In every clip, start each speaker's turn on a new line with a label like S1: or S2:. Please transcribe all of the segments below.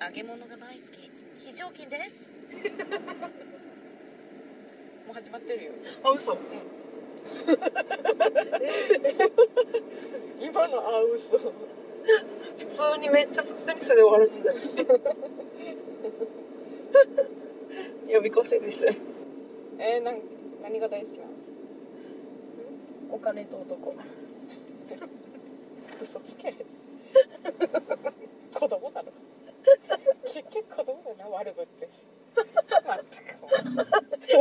S1: 揚げ物が大好き非常勤です もう始まってるよ
S2: あ嘘うん
S1: 今のあ嘘
S2: 普通にめっちゃ普通にそれで終わらせたし予備校生です
S1: えー、なん何が大好きなの
S2: お金と男
S1: 嘘つけ子供なの結局子供だな悪ぶ ってまったく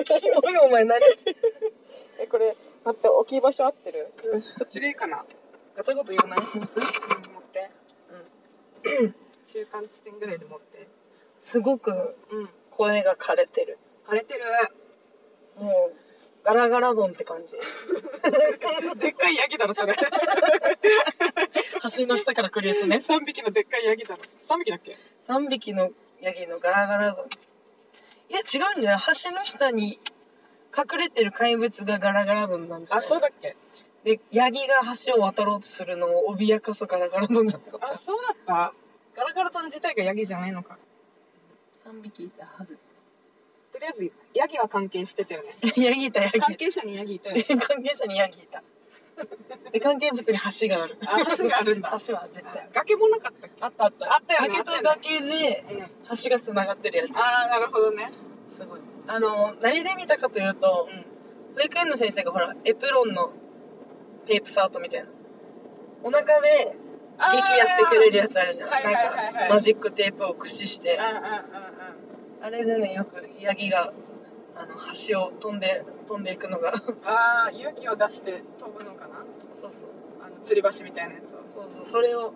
S2: キモいお前何
S1: えこれ待って置き場所合ってる
S2: こっちでいいかなガタガタ言わない持つ
S1: 持って中間地点ぐらいで持って
S2: すごく
S1: うん
S2: 声が枯れてる
S1: 枯れてる
S2: もうガラガラドンって感じ
S1: でっかいヤギだろそ れ
S2: 橋の下から来るやつね
S1: 3匹のでっかいヤギだろ3匹だっけ
S2: 3匹のヤギのガラガラドンいや違うんじゃない橋の下に隠れてる怪物がガラガラドンなんじゃない
S1: だっけ
S2: でヤギが橋を渡ろうとするのを脅かすガラガラドンじゃなかっ
S1: あそうだったガラガラトン自体がヤギじゃないのか
S2: た3匹いたはず
S1: とりあえずヤギは関係してたよね
S2: ヤギいたヤギいた
S1: 関係者にヤギいたよね
S2: 関係者にヤギいたで関係物に橋がある
S1: あ橋があるんだ
S2: 橋は絶対
S1: 崖もなかったっけ
S2: あったあった
S1: あったよね
S2: 崖と
S1: あった
S2: 崖で
S1: うん
S2: 橋がつながってるや
S1: ああなるほどね
S2: つすごいあの何で見たかというと
S1: う
S2: 保育園の先生がほらエプロンのテープサートみたいなお腹で
S1: ん
S2: 劇やってくれるやつあるじゃん
S1: はいはいはいはい
S2: なんかマジックテープを駆使して
S1: うんうんうん
S2: あれでねよくヤギがあの橋を飛んで飛んでいくのがそう
S1: うんああ勇気を出して飛ぶのかな
S2: そう
S1: あの吊り橋みたいなやつを
S2: そうそうそれを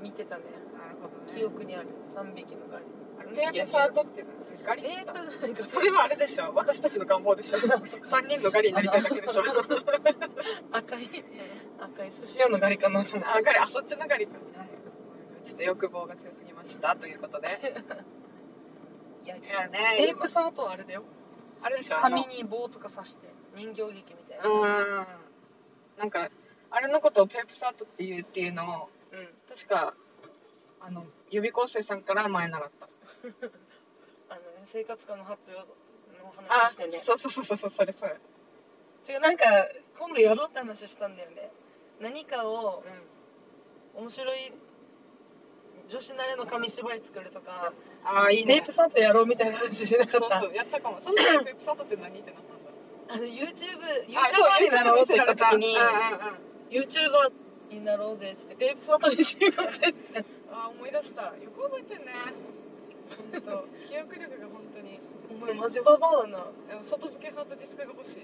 S2: 見てたね
S1: なるほどね
S2: 記憶にある3匹のガリ
S1: あれペープサートっていうのガリ
S2: テープなんか
S1: それはあれでしょ私たちの願望 でしょ3人のガリになりたいだけで し ょ
S2: 赤い赤い寿司屋のガリかなと思っ
S1: あガリあそっちのガリかちょっと欲望が強すぎましたということで
S2: てヤギ
S1: いやね
S2: テー
S1: 今
S2: プサートはあれだよ
S1: あれでしょあの
S2: 紙に棒とか刺して人形劇みたいうな
S1: ーんなんかあれのことをペープサートっていうっていうのを
S2: うん
S1: 確かあの予備校生さんから前習った
S2: あのね生活科の発表の
S1: あ
S2: 話してね
S1: そうそうそうそうそうそれそれ
S2: 違うなんか今度やろうって話したんだよね何かを
S1: うん
S2: 面白い女子なれの紙芝居作るとか
S1: ああいいね
S2: テープサートやろうみたいな話しなか
S1: そ
S2: っ
S1: う
S2: た
S1: そうやったかもその時ペープサートって何ってなったんだ
S2: あの YouTubeYouTuber
S1: あそう
S2: になろうって言った時に
S1: うんうんうん
S2: YouTuber になろうぜっつってテープサートにしようって
S1: あー思い出したよく覚えてんね本当記憶力が本当に
S2: お前マジババアだな
S1: でも外付けハードディスクが欲しい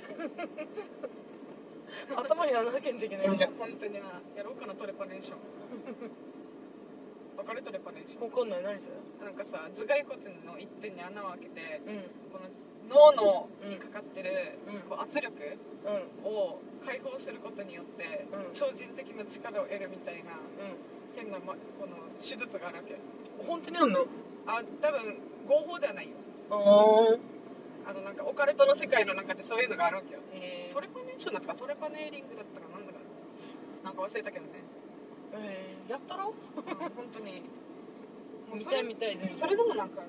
S2: 頭に穴開けんといけないんじゃん
S1: 本当になやろうかなトレパレーションわかるトレパレーショ
S2: わかんない何それ
S1: ンなんかさ頭蓋骨の一点に穴を開けて
S2: うん
S1: この脳のにかかってる、
S2: うん
S1: こう圧力
S2: うん
S1: を解放することによって
S2: うん
S1: 超人的な力を得るみたいな
S2: う
S1: 変な、ま、この手術があるわけ
S2: ん本当にあんの
S1: あ多分合法ではないよ
S2: ああ
S1: あのなんかオカルトの世界の中でそういうのがあるわけよ
S2: え
S1: トレパネーションだったかトレパネーリングだったかなんだかなんか忘れたけど ね、
S2: えー、やったろ
S1: うん、本当にもう
S2: 見
S1: そ
S2: た
S1: れ
S2: い見たい全然
S1: それでもなんか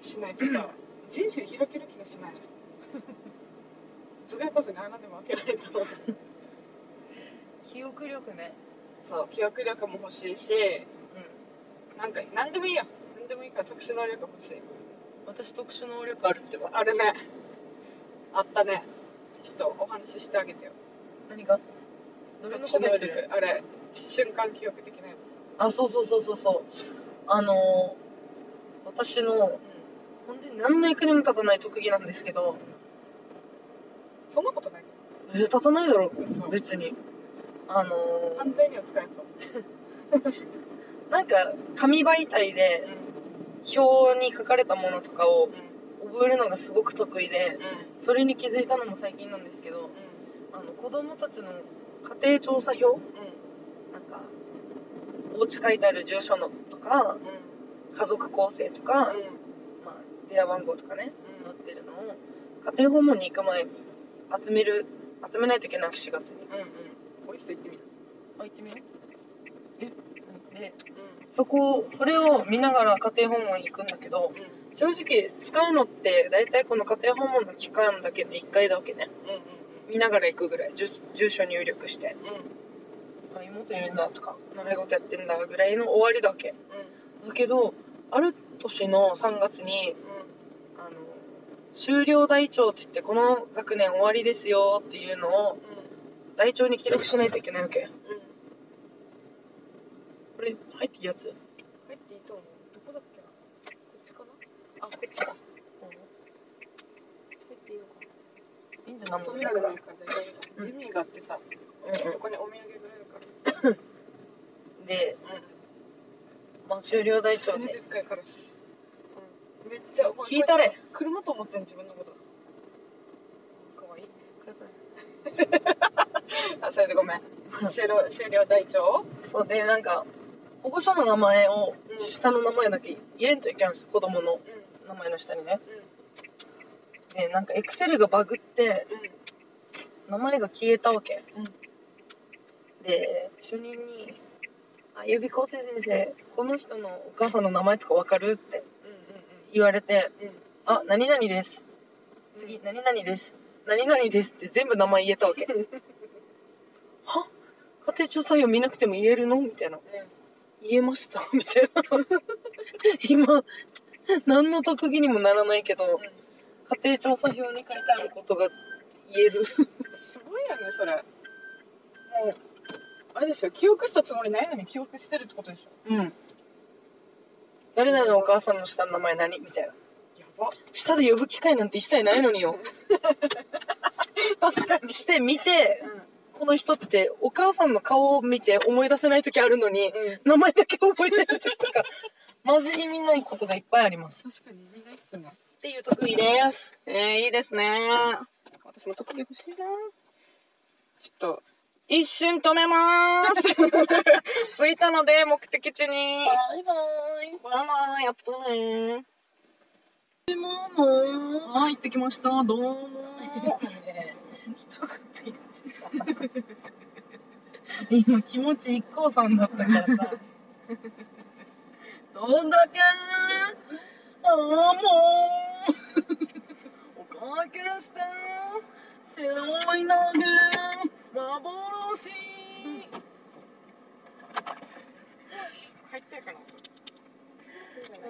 S1: しないとさ人生開ける気がしないそれこそ何でも開けないと
S2: 記憶力ね
S1: そう記憶力も欲しいし
S2: うん
S1: なんか何でもいいよ何でもいいから特殊能力欲しい
S2: 私特殊能力あるってば
S1: あれねあったねちょっとお話ししてあげてよ
S2: 何がどれのこと言って
S1: 特
S2: る
S1: 殊能力あれ瞬間記憶的なや
S2: あそうそうそうそうそうあのー、私の
S1: つ、
S2: 本当に何の役にも立たない特技なんですけど
S1: そんなことない
S2: えー立たないだろ
S1: 嘘
S2: 別にあの
S1: 完全には使えそう、
S2: ー、なんか紙媒体で表に書かれたものとかを覚えるのがすごく得意でそれに気づいたのも最近なんですけどあの子供たちの家庭調査票なんかお家書いてある住所のとか家族構成とか、まあ、電話番号とかね載ってるのを家庭訪問に行く前に集める集めないといけない4月に
S1: ボイスと言ってみる、
S2: あ行ってみるえで
S1: う
S2: そこそれを見ながら家庭訪問行くんだけど正直使うのって大体この家庭訪問の期間だけの1回だけね見ながら行くぐらい住住所入力してあ妹いるんだとか習い事やってんだぐらいの終わりだけだけどある年の3月にあの終了台帳って言ってこの学年終わりですよっていうのを台帳に記録しないといけないわけこれ入っていいやつ
S1: 入っていいと思うどこだっけなこっちかな
S2: あこっちか
S1: 入っていいのか
S2: いいんじゃない
S1: 止められないから大丈
S2: う
S1: 夫だ
S2: ん
S1: ジミーがあってさそこにお土産があるから
S2: で、まあ、終了台帳
S1: 死ぬ
S2: で
S1: でっかいカラスめっちゃ
S2: 引いたれ
S1: 車と思ってん自分のこと可愛いあそれでごめん終了終了台帳
S2: そうでなんか保護者の名前を
S1: うん
S2: 下の名前だけ入れんといけないんですよ子供の名前の下にね
S1: うんうん
S2: でなんかエクセルがバグって名前が消えたわけ、
S1: うん
S2: で主任に「あ予備校生先生この人のお母さんの名前とかわかる?」って
S1: う
S2: 言われて
S1: んうんうんうん
S2: 「あ何々です次何々です何々です」って全部名前言えたわ けは家庭調査員を見なくても言えるのみたいな言えました みたいな今何の特技にもならないけど
S1: う
S2: 家庭調査票に書いてあることが言える
S1: んすごいよねそれもうあれでしょ記憶したつもりないのに記憶してるってことでしょ
S2: うん誰々のお母さんの下の名前何みたいな
S1: やば
S2: 下で呼ぶ機会なんて一切ないのによ 確かにして見て
S1: うん
S2: この人ってお母さんの顔を見て思い出せない時あるのに
S1: うん
S2: 名前だけ覚えてる時と かマジ意味ないことがいっぱいあります
S1: 確かに意味ないっす
S2: っ
S1: ね
S2: ていう特技です
S1: えー、いいですね私も特技欲しいなちょっと
S2: 一瞬止めまーす
S1: 着いたので目的地に
S2: イバイ。
S1: ママやっとね
S2: どうも。
S1: あ行ってきましたどうも
S2: 今気持ち一光さんだったからさ。どんだけああ、もう。おかけして、背負い投げ、幻。
S1: 入ってるかな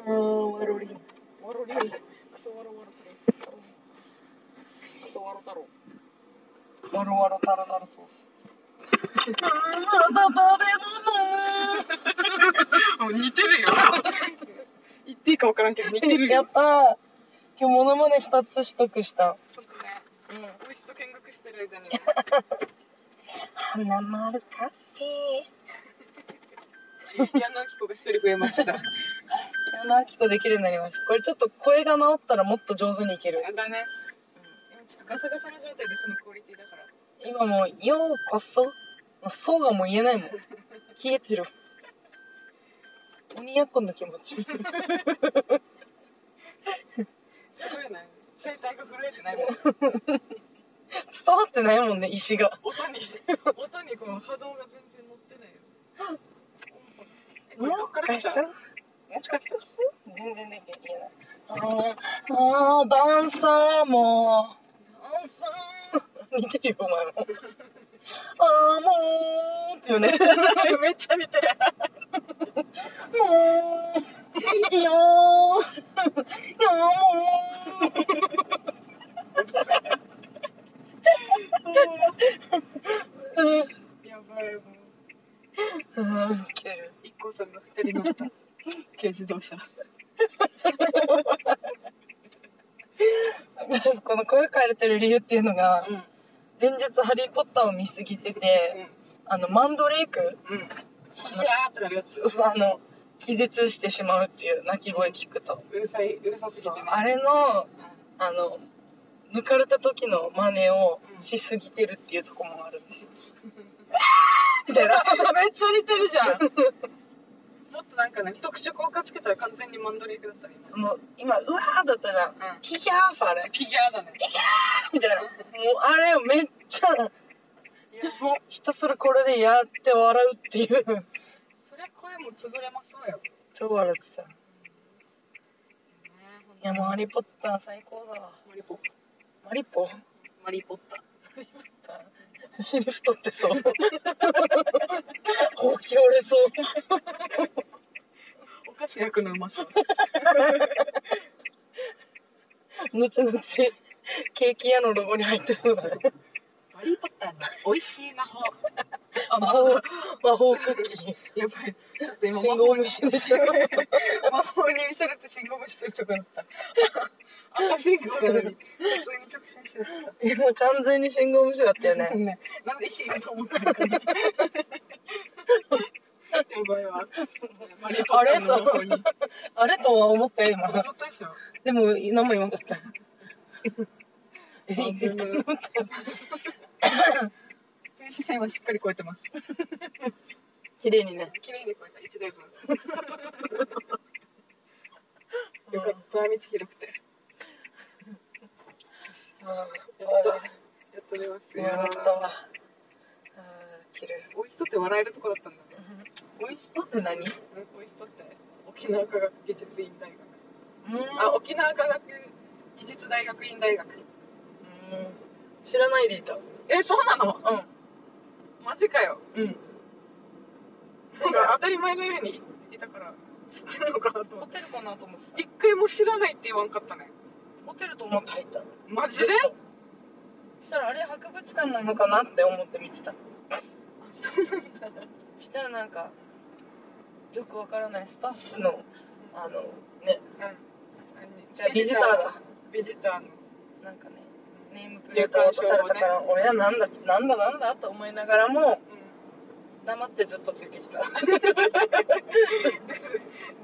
S2: ああ、わろり。
S1: ワロリンクソワロワロ太郎クソワロ太郎
S2: わろわろタラタラソース。
S1: 似てるよ言っていいか分からんけど似てる
S2: や
S1: よ
S2: ったー今日モノマネ2つ取得した。
S1: ちょっとね
S2: うん。
S1: おいしと見学してる間に
S2: 花丸カフェ。
S1: 矢野き子が一人増えました
S2: 矢野き子できるようになりました。これちょっと声が治ったらもっと上手にいける。
S1: だね、うん、ちょっとガサガサの状態でそのクオリティだから
S2: 今もう、ようこそ。そうがもう言えないもん。消えてる。鬼やっこの気持ち。
S1: すごいな声帯が震えてないもん
S2: 伝わってないもんね、石が。
S1: 音に音にこの波動が全然乗ってないよえこれどっから来た
S2: もしかしたら全然できない。言えない。あーあー、ダンサーもう。
S1: あそ
S2: 似てるよ、お前も。あー、もうーっていうね。
S1: うめっちゃ似てる
S2: もうー、いやー、いやーもうー。
S1: やばいもう
S2: うん、ウケる。
S1: 一個さんが二人乗った軽自動車
S2: この声変えれてる理由っていうのが、
S1: うん
S2: 連日ハリーポッターを見すぎてて、あの、マンドレイク、
S1: うんうんヒヤーってなるやつ
S2: そうあの、気絶してしまうっていう鳴き声聞くと。
S1: うるさいうるさすぎてね
S2: あれの、あの、抜かれた時の真似をしすぎてるっていうとこもあるんですよ。みたいな。
S1: めっちゃ似てるじゃんもっとなんかね特殊効果つけたら完全にマンドレイクだったね今
S2: もう、今、うわーだったじゃん。
S1: うん
S2: キキャーさ、あれ。
S1: ピギュアだね
S2: みたいな。もう、あれをめっちゃ、
S1: いやもう
S2: ひたすらこれでやって笑うっていう。
S1: それ声も潰れますわよ。
S2: 超笑ってた。い
S1: ね
S2: や、もうハリーポッター最高だわ。
S1: マリポ
S2: マリポ
S1: マリポッタ。
S2: 尻太ってそう。 ほうき折れそう。
S1: お菓子焼くのうまそう。
S2: 後々、ケーキ屋のロゴに入ってそうだね。
S1: マリーポッターの美味しい魔法。あ、
S2: 魔
S1: 魔
S2: 法
S1: 法。、
S2: 魔法クッキ
S1: やばい。ちょっと
S2: ー。
S1: 今
S2: 信号無視でしょ。
S1: 魔法に見せるって信号無視するとこだ った。赤信号なのに、普通に直進しようとした。
S2: いや完全に信号無視だったよね。
S1: ね。なんでいいと思ったのかな。やばいわ。マリーポッターの魔法に。
S2: あれとは思ったよ、
S1: あれ
S2: 今。
S1: とでしょ。
S2: でも、何も言わなかった。え、
S1: あでも
S2: 思った
S1: 停止線はしっかり超えてます。
S2: 綺麗にね。
S1: 綺麗に超えた、一台分。よかった、道広くて。
S2: うん。やっ
S1: やっと、やっと出ますよ。
S2: 笑ったわ。うん切る。
S1: オイストって笑えるとこだったんだね。オイスト
S2: だって何うん
S1: うんオイストって沖縄科学技術院大学。あ、沖縄科学技術大学院大学。
S2: うん知らないでいた。うん。
S1: え、そうなのマジかよ。
S2: うん。
S1: なんか当たり前のようにいたから、知ってるのかなと思
S2: ホ
S1: って。
S2: テルかなと思って
S1: 一回も知らないって言わんかったね。
S2: た。ホテルと思って入った。
S1: マジで
S2: そしたらあれ博物館なのかなって思って見てた。
S1: そうなんだ。
S2: そしたらなんか、よくわからないスタッフの、あの、ね、
S1: うん。
S2: じゃあビジターが。
S1: ビジターの
S2: なんかねネームプレートを落とされたから、俺はなんだなんだなんだと思いながらも黙ってずっとついてきた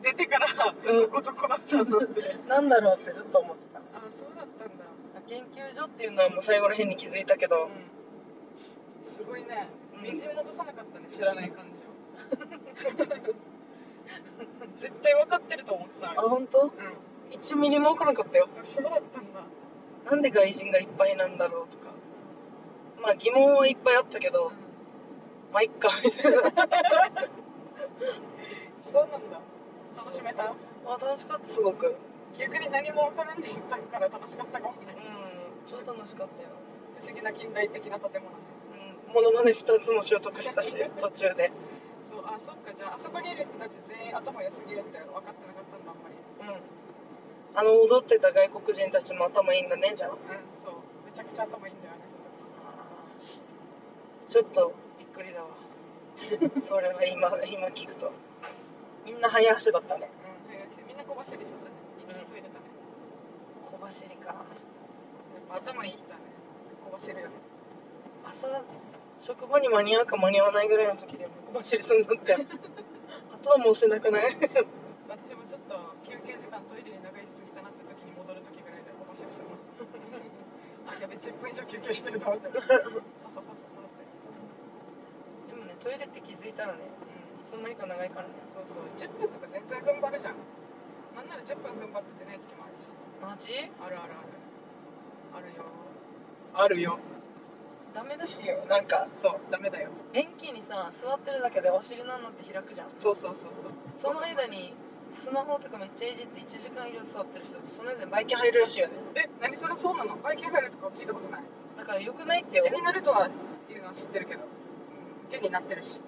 S1: 出てから
S2: うん
S1: どこどこだったんだって
S2: なんだろうってずっと思ってた
S1: あそうだったんだ、
S2: 研究所っていうのはもう最後ら辺に気づいたけど、
S1: うん、すごいね
S2: うん
S1: みじん戻さなかったね知らない感じを 絶対分かってると思ってた
S2: あ
S1: のよ
S2: 本当
S1: う
S2: 1ミリも起こらなかったよ
S1: んそうだったんだ
S2: なんで外人がいっぱいなんだろうとかまあ疑問はいっぱいあったけどまあいっかみたいな
S1: そうなんだ楽しめた
S2: あ楽しかったすごくうん
S1: 逆に何も分からんでいったから楽しかったかもしれない
S2: 超楽しかったよ
S1: 不思議な近代的な建
S2: う
S1: 物
S2: んモノマネ2つも習得したし途中で
S1: そうあそっかじゃああそこにいる人たち全員頭良すぎるって分かってなかったんだあんまり
S2: うんあの踊ってた外国人たちも頭いいんだねじゃあ
S1: うんそうめちゃくちゃ頭いいんだよあの人たち
S2: ちょっとびっくりだわそれは今 今聞くとみんな早足だったね
S1: うん早いしみんな小走りしてたね行き急いでたね
S2: 小走りか
S1: やっぱ頭いい人はね小走るよね
S2: 朝職場に間に合うか間に合わないぐらいの時でも小走りすんだって あとはもうしなくない
S1: 私もちょっと休憩時間トイレに長いしすぎたなって時に戻る時ぐらいで小走りす るのあやべ10分以上休憩してると思 ってさささささって
S2: でもねトイレって気づいたらね
S1: う
S2: いつの間にか長いからね
S1: んそうそう10分とか全然頑張るじゃんなんなら10分頑張って出ない時もあるし
S2: マジ
S1: あるあるあるあるよあるよ
S2: ダメだしよなんか
S1: そうダメだよ
S2: 便器にさ座ってるだけでお尻の穴って開くじゃん
S1: そうそうそうそう
S2: その間にスマホとかめっちゃいじって1時間以上座ってる人ってその間にバイキン入るらしいよね
S1: え何それそうなのバイキン入るとか聞いたことない
S2: だから良くないってよ
S1: 気になるとはいうのは知ってるけど気になってるし
S2: な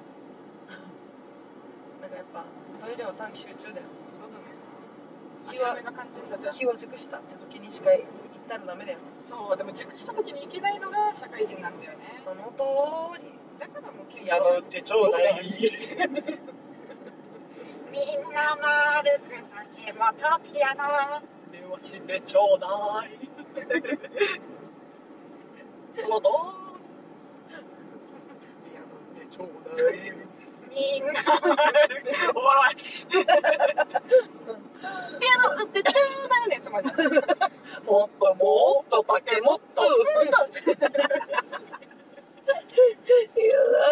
S2: んかやっぱトイレは短期集中だよ
S1: そうだ
S2: 気
S1: ね諦
S2: は
S1: めが肝心だじゃん
S2: 気は熟したって時にしか行ったらダメだよ
S1: そうでも熟した時に行けないのが社会人なんだよね
S2: その通り
S1: だからもう結
S2: 宿ってちょうだい
S1: みんな丸く竹本ピアノ
S2: 電話してちょうだい
S1: そのど
S2: 電話してちょうだい
S1: みんな丸く お笑いしピアノ打ってちょうだいのやつまで
S2: もっともっと竹もっとや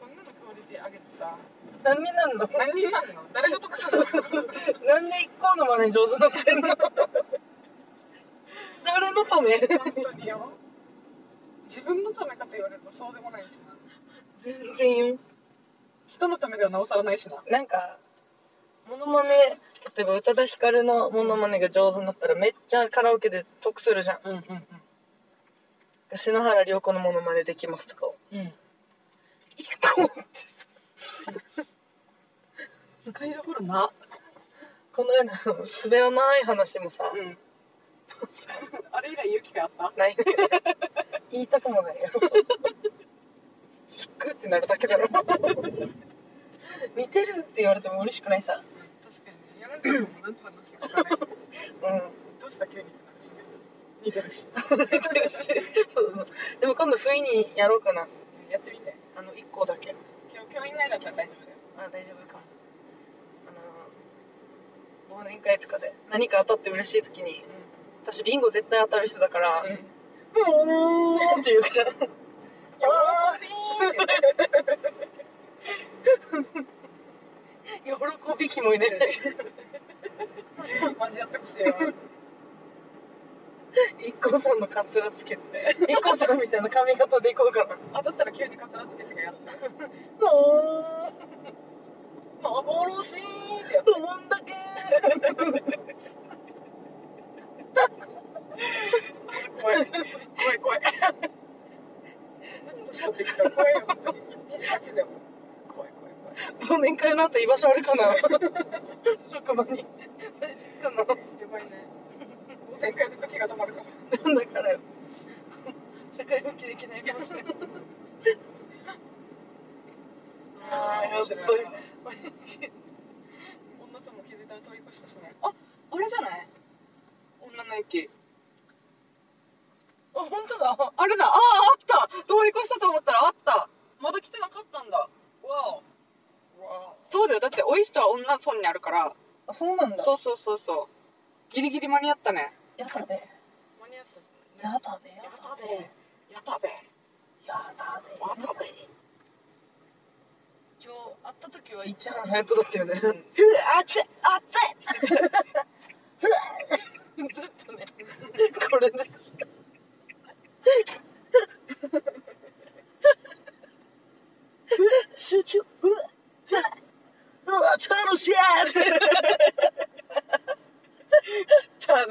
S1: こんなのクオリティ上げてさ
S2: だ何になんの
S1: 何になんの誰が得するの
S2: なんで一行の真似上手になってんの 誰のため
S1: 本当によ自分のためかと言われるとそうでもないしな
S2: 全然よ
S1: 人人のためではなおさらないしな
S2: なんかモノマネ例えば宇多田ヒカルのモノマネが上手になったらめっちゃカラオケで得するじゃん
S1: うんうん
S2: 篠原涼子のモノマネできますとかを
S1: うんうん
S2: いいと思ってさ
S1: 使いどころな
S2: このような滑らない話もさ
S1: うんあれ以来言う機会あった
S2: ないね言いたくもないよ引くってなるだけだろ見てるって言われても嬉しくないさ
S1: 確かにねやられてるのもなんと話してるかわかんないし
S2: う
S1: どうした急にってなるしね似てるし
S2: ん 見てるしそうそうでも今度不意にやろうかな
S1: やってみて
S2: あの1個だけ
S1: 今日教員内だったら大丈夫だよ
S2: あ大丈夫かもあの忘年会とかで何か当たって嬉しい時に私ビンゴ絶対当たる人だから
S1: うん、
S2: 「うーん」って言うから
S1: やばーって
S2: 喜び気も入れて
S1: 言ってマジやってほしいよ
S2: 一光さんのカツラつけて一光さんみたいな髪型でいこうかな
S1: 当たったら急にカツラつけてがやった
S2: も
S1: 幻ーってやっ
S2: うと思うんだけ
S1: た怖い怖い怖い何年取ってきたら怖いよ本当に28でも怖い怖い怖い
S2: 忘年会の後居場所あるかな職場に大丈夫か
S1: やばいね忘年会の時が止まるから
S2: なだからよ社会復帰できないかもしれないあーやっぱり
S1: 女さんも気づいたら通り越したしねああれじゃない女の駅
S2: あ本当だ
S1: あれだあああった通り越したと思ったらあったまだ来てなかったんだわおそうだよだってオイスターは女村にあるから
S2: あそうなんだ
S1: そうそうそうそうギリギリ間に合ったね
S2: やだで
S1: 間に合った
S2: やだでや
S1: だねやったべ
S2: やだで
S1: やったべ
S2: 今日会った時は一原隼人だったよね
S1: う
S2: ふ
S1: ん
S2: うあっちあっちふうずっとねこれです集中うわうわ楽しい汚い
S1: それも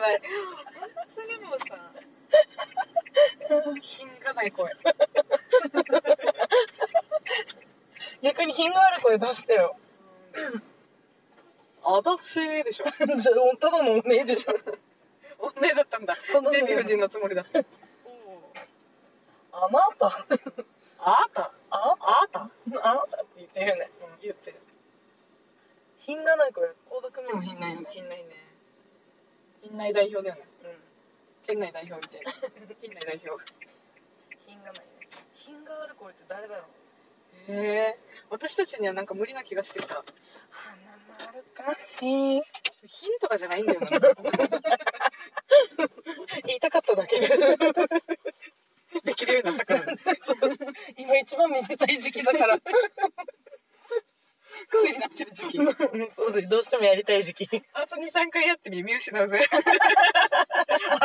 S1: さ品がない声
S2: 逆に品がある声出して よ
S1: あたしーでしょ
S2: じゃあただのおめえでしょ
S1: 女だったんだ
S2: ただの
S1: デヴィ夫人のつもりだった
S2: あなた
S1: あた
S2: あ
S1: あた
S2: あなたって言ってるよね
S1: 言ってる
S2: 品がない声高田組も品ないよね
S1: 品内ね品内代表だよね
S2: うん
S1: 県内代表みたい な県内代表
S2: 品がないね品がある声って誰だろう
S1: へえ私たちにはなんか無理な気がしてきた
S2: 花丸カフェ
S1: 品とかじゃないんだよな
S2: 言いたかっただけ
S1: できるようになった から
S2: 今一番見せたい時期だから
S1: 癖になってる時期
S2: うんそうですどうしてもやりたい時期
S1: あと23回やってみ見失 うぜあ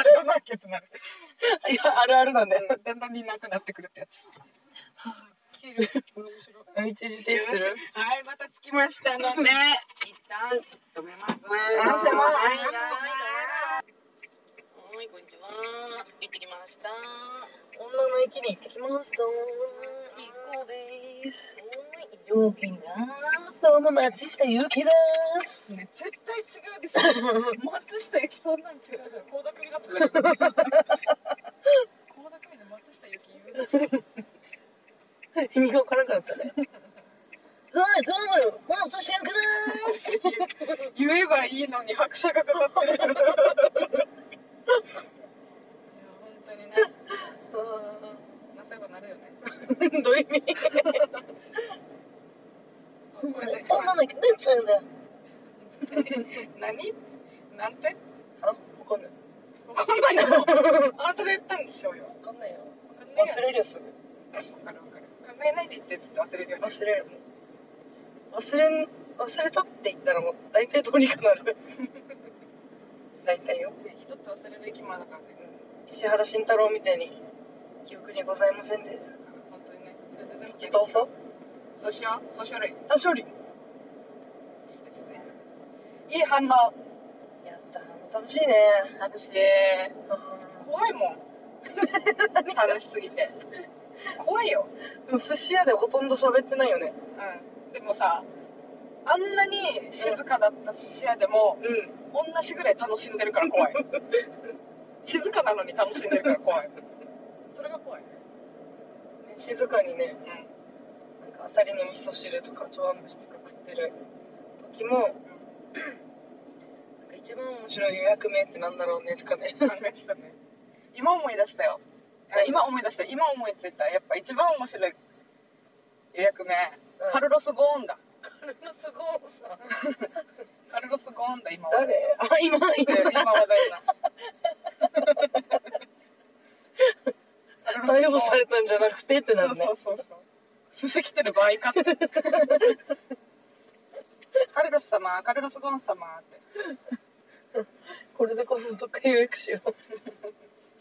S1: れだなっけってなる
S2: いやあるあるなんだよ
S1: だんだんになくなってくるってやつ
S2: 切る
S1: 面白い
S2: 一時停止する
S1: はい、また着きましたので、 一旦止めます。
S2: あ
S1: はい、
S2: 狭い
S1: はい、こんにちは。行ってきました。
S2: 女の駅に行ってきました
S1: 行
S2: こうです
S1: は
S2: 料金がその町下ゆきです
S1: い、ね、絶対違うでし ょ。松下ゆきそん なん違うだろ。高田組だったら。高田組の松下ゆき言うなし。
S2: 意味がわからなくなったねはいどうも松下ゆきです
S1: 言えばいいのに拍車がかかってる。いや、本当にね、情けなくなるよね。
S2: どういう意味
S1: これで
S2: 女の駅めっちゃいるんだよ
S1: 何なんて
S2: あわかんない
S1: わかんないの。あなたが言ったんでしょうよ。
S2: わかんないよ
S1: わかんないよ
S2: 忘れるよすぐ
S1: わかるわかる考えないで言ってっつって忘れるよね
S2: 忘れるもん忘れん忘れたって言ったらもう大体どうにかなる大体よ
S1: 一つ忘れる駅もあるからね
S2: 石原慎太郎みたいに記憶にございませんで
S1: 本当にねそれで
S2: 突き通そう
S1: そうしよう。そうしよう。いい
S2: 多処理
S1: ですね。いい反応。
S2: やった楽しいね
S1: 楽しい。
S2: うん
S1: 怖いも ん。楽しすぎて。怖いよ。
S2: でも寿司屋でほとんど喋ってないよね
S1: うん。でもさ、あんなに静かだった寿司屋でも、
S2: うん
S1: 同じぐらい楽しんでるから 怖い静かなのに楽しんでるから怖いそれが怖い、
S2: 静かにね
S1: うん、
S2: なんかアサリの味噌汁とか茶碗蒸しとか食ってる時も、なんか一番面白い予約名ってなんだろうねとかね
S1: 考えてたね今思い出したよあ今思い出した今思いついたやっぱ一番面白い予約名、カルロス・ゴーンだ
S2: カルロスゴーンさん
S1: カルロス・ゴーンだ今話題
S2: 誰 あ今
S1: うん
S2: 今
S1: 今話題だ
S2: 逮
S1: カルロスゴー
S2: 捕
S1: ン
S2: されたんじゃなくてってな
S1: そ
S2: る
S1: う
S2: ね
S1: そうそうそう寿司来てる場合かってカルロス様カルロスゴーン様って
S2: これでこそどっか予約しよう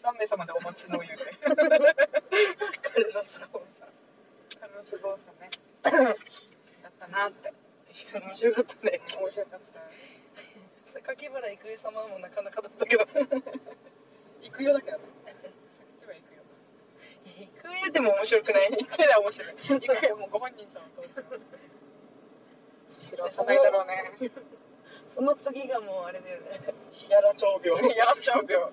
S1: 3名様でお待ちのお湯で
S2: カルロスゴーンさん
S1: カルロスゴーン様ねだったなって
S2: いや面白かったね
S1: 面白かった
S2: 榊原郁恵様もなかなかだったけど
S1: 行くよだけどね先は行くよ
S2: 郁恵でも面白くない
S1: 行くよは面白い行くよもうご本人様と白さないだろうね
S2: その次がもうあれだよねやら長病
S1: ヤラ長病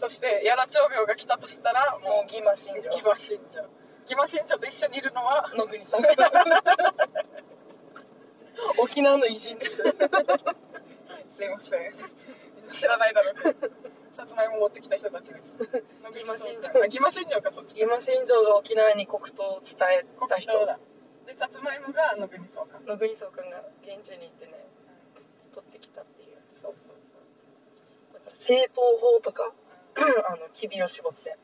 S1: そしてヤラ長病が来たとしたら
S2: も
S1: も
S2: うギマ信
S1: う
S2: 条
S1: ギマ信者ギマ信者と一緒にいるのは
S2: 野国さん沖縄の偉人です
S1: すいません知らないだろうけどさつまいも持ってきた人たちです
S2: ギマ信条
S1: あギマ信条かそっち
S2: ギマ信条が沖縄に黒糖を伝え
S1: 国
S2: た
S1: 旗
S2: 人
S1: 党だでさつまいもが野組総監
S2: 野国総監が現地に行ってね取ってきたっていう
S1: そうそうそう
S2: だから正統法とか
S1: うん
S2: あの機微を絞って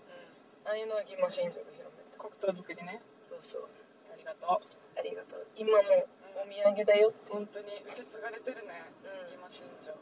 S2: ああいうのはギマ信条が広めた
S1: 黒糖作りね
S2: そうそう
S1: ありがとう
S2: ありがとう今もお土産だよって、
S1: 本当に受け継がれてるねギマ信条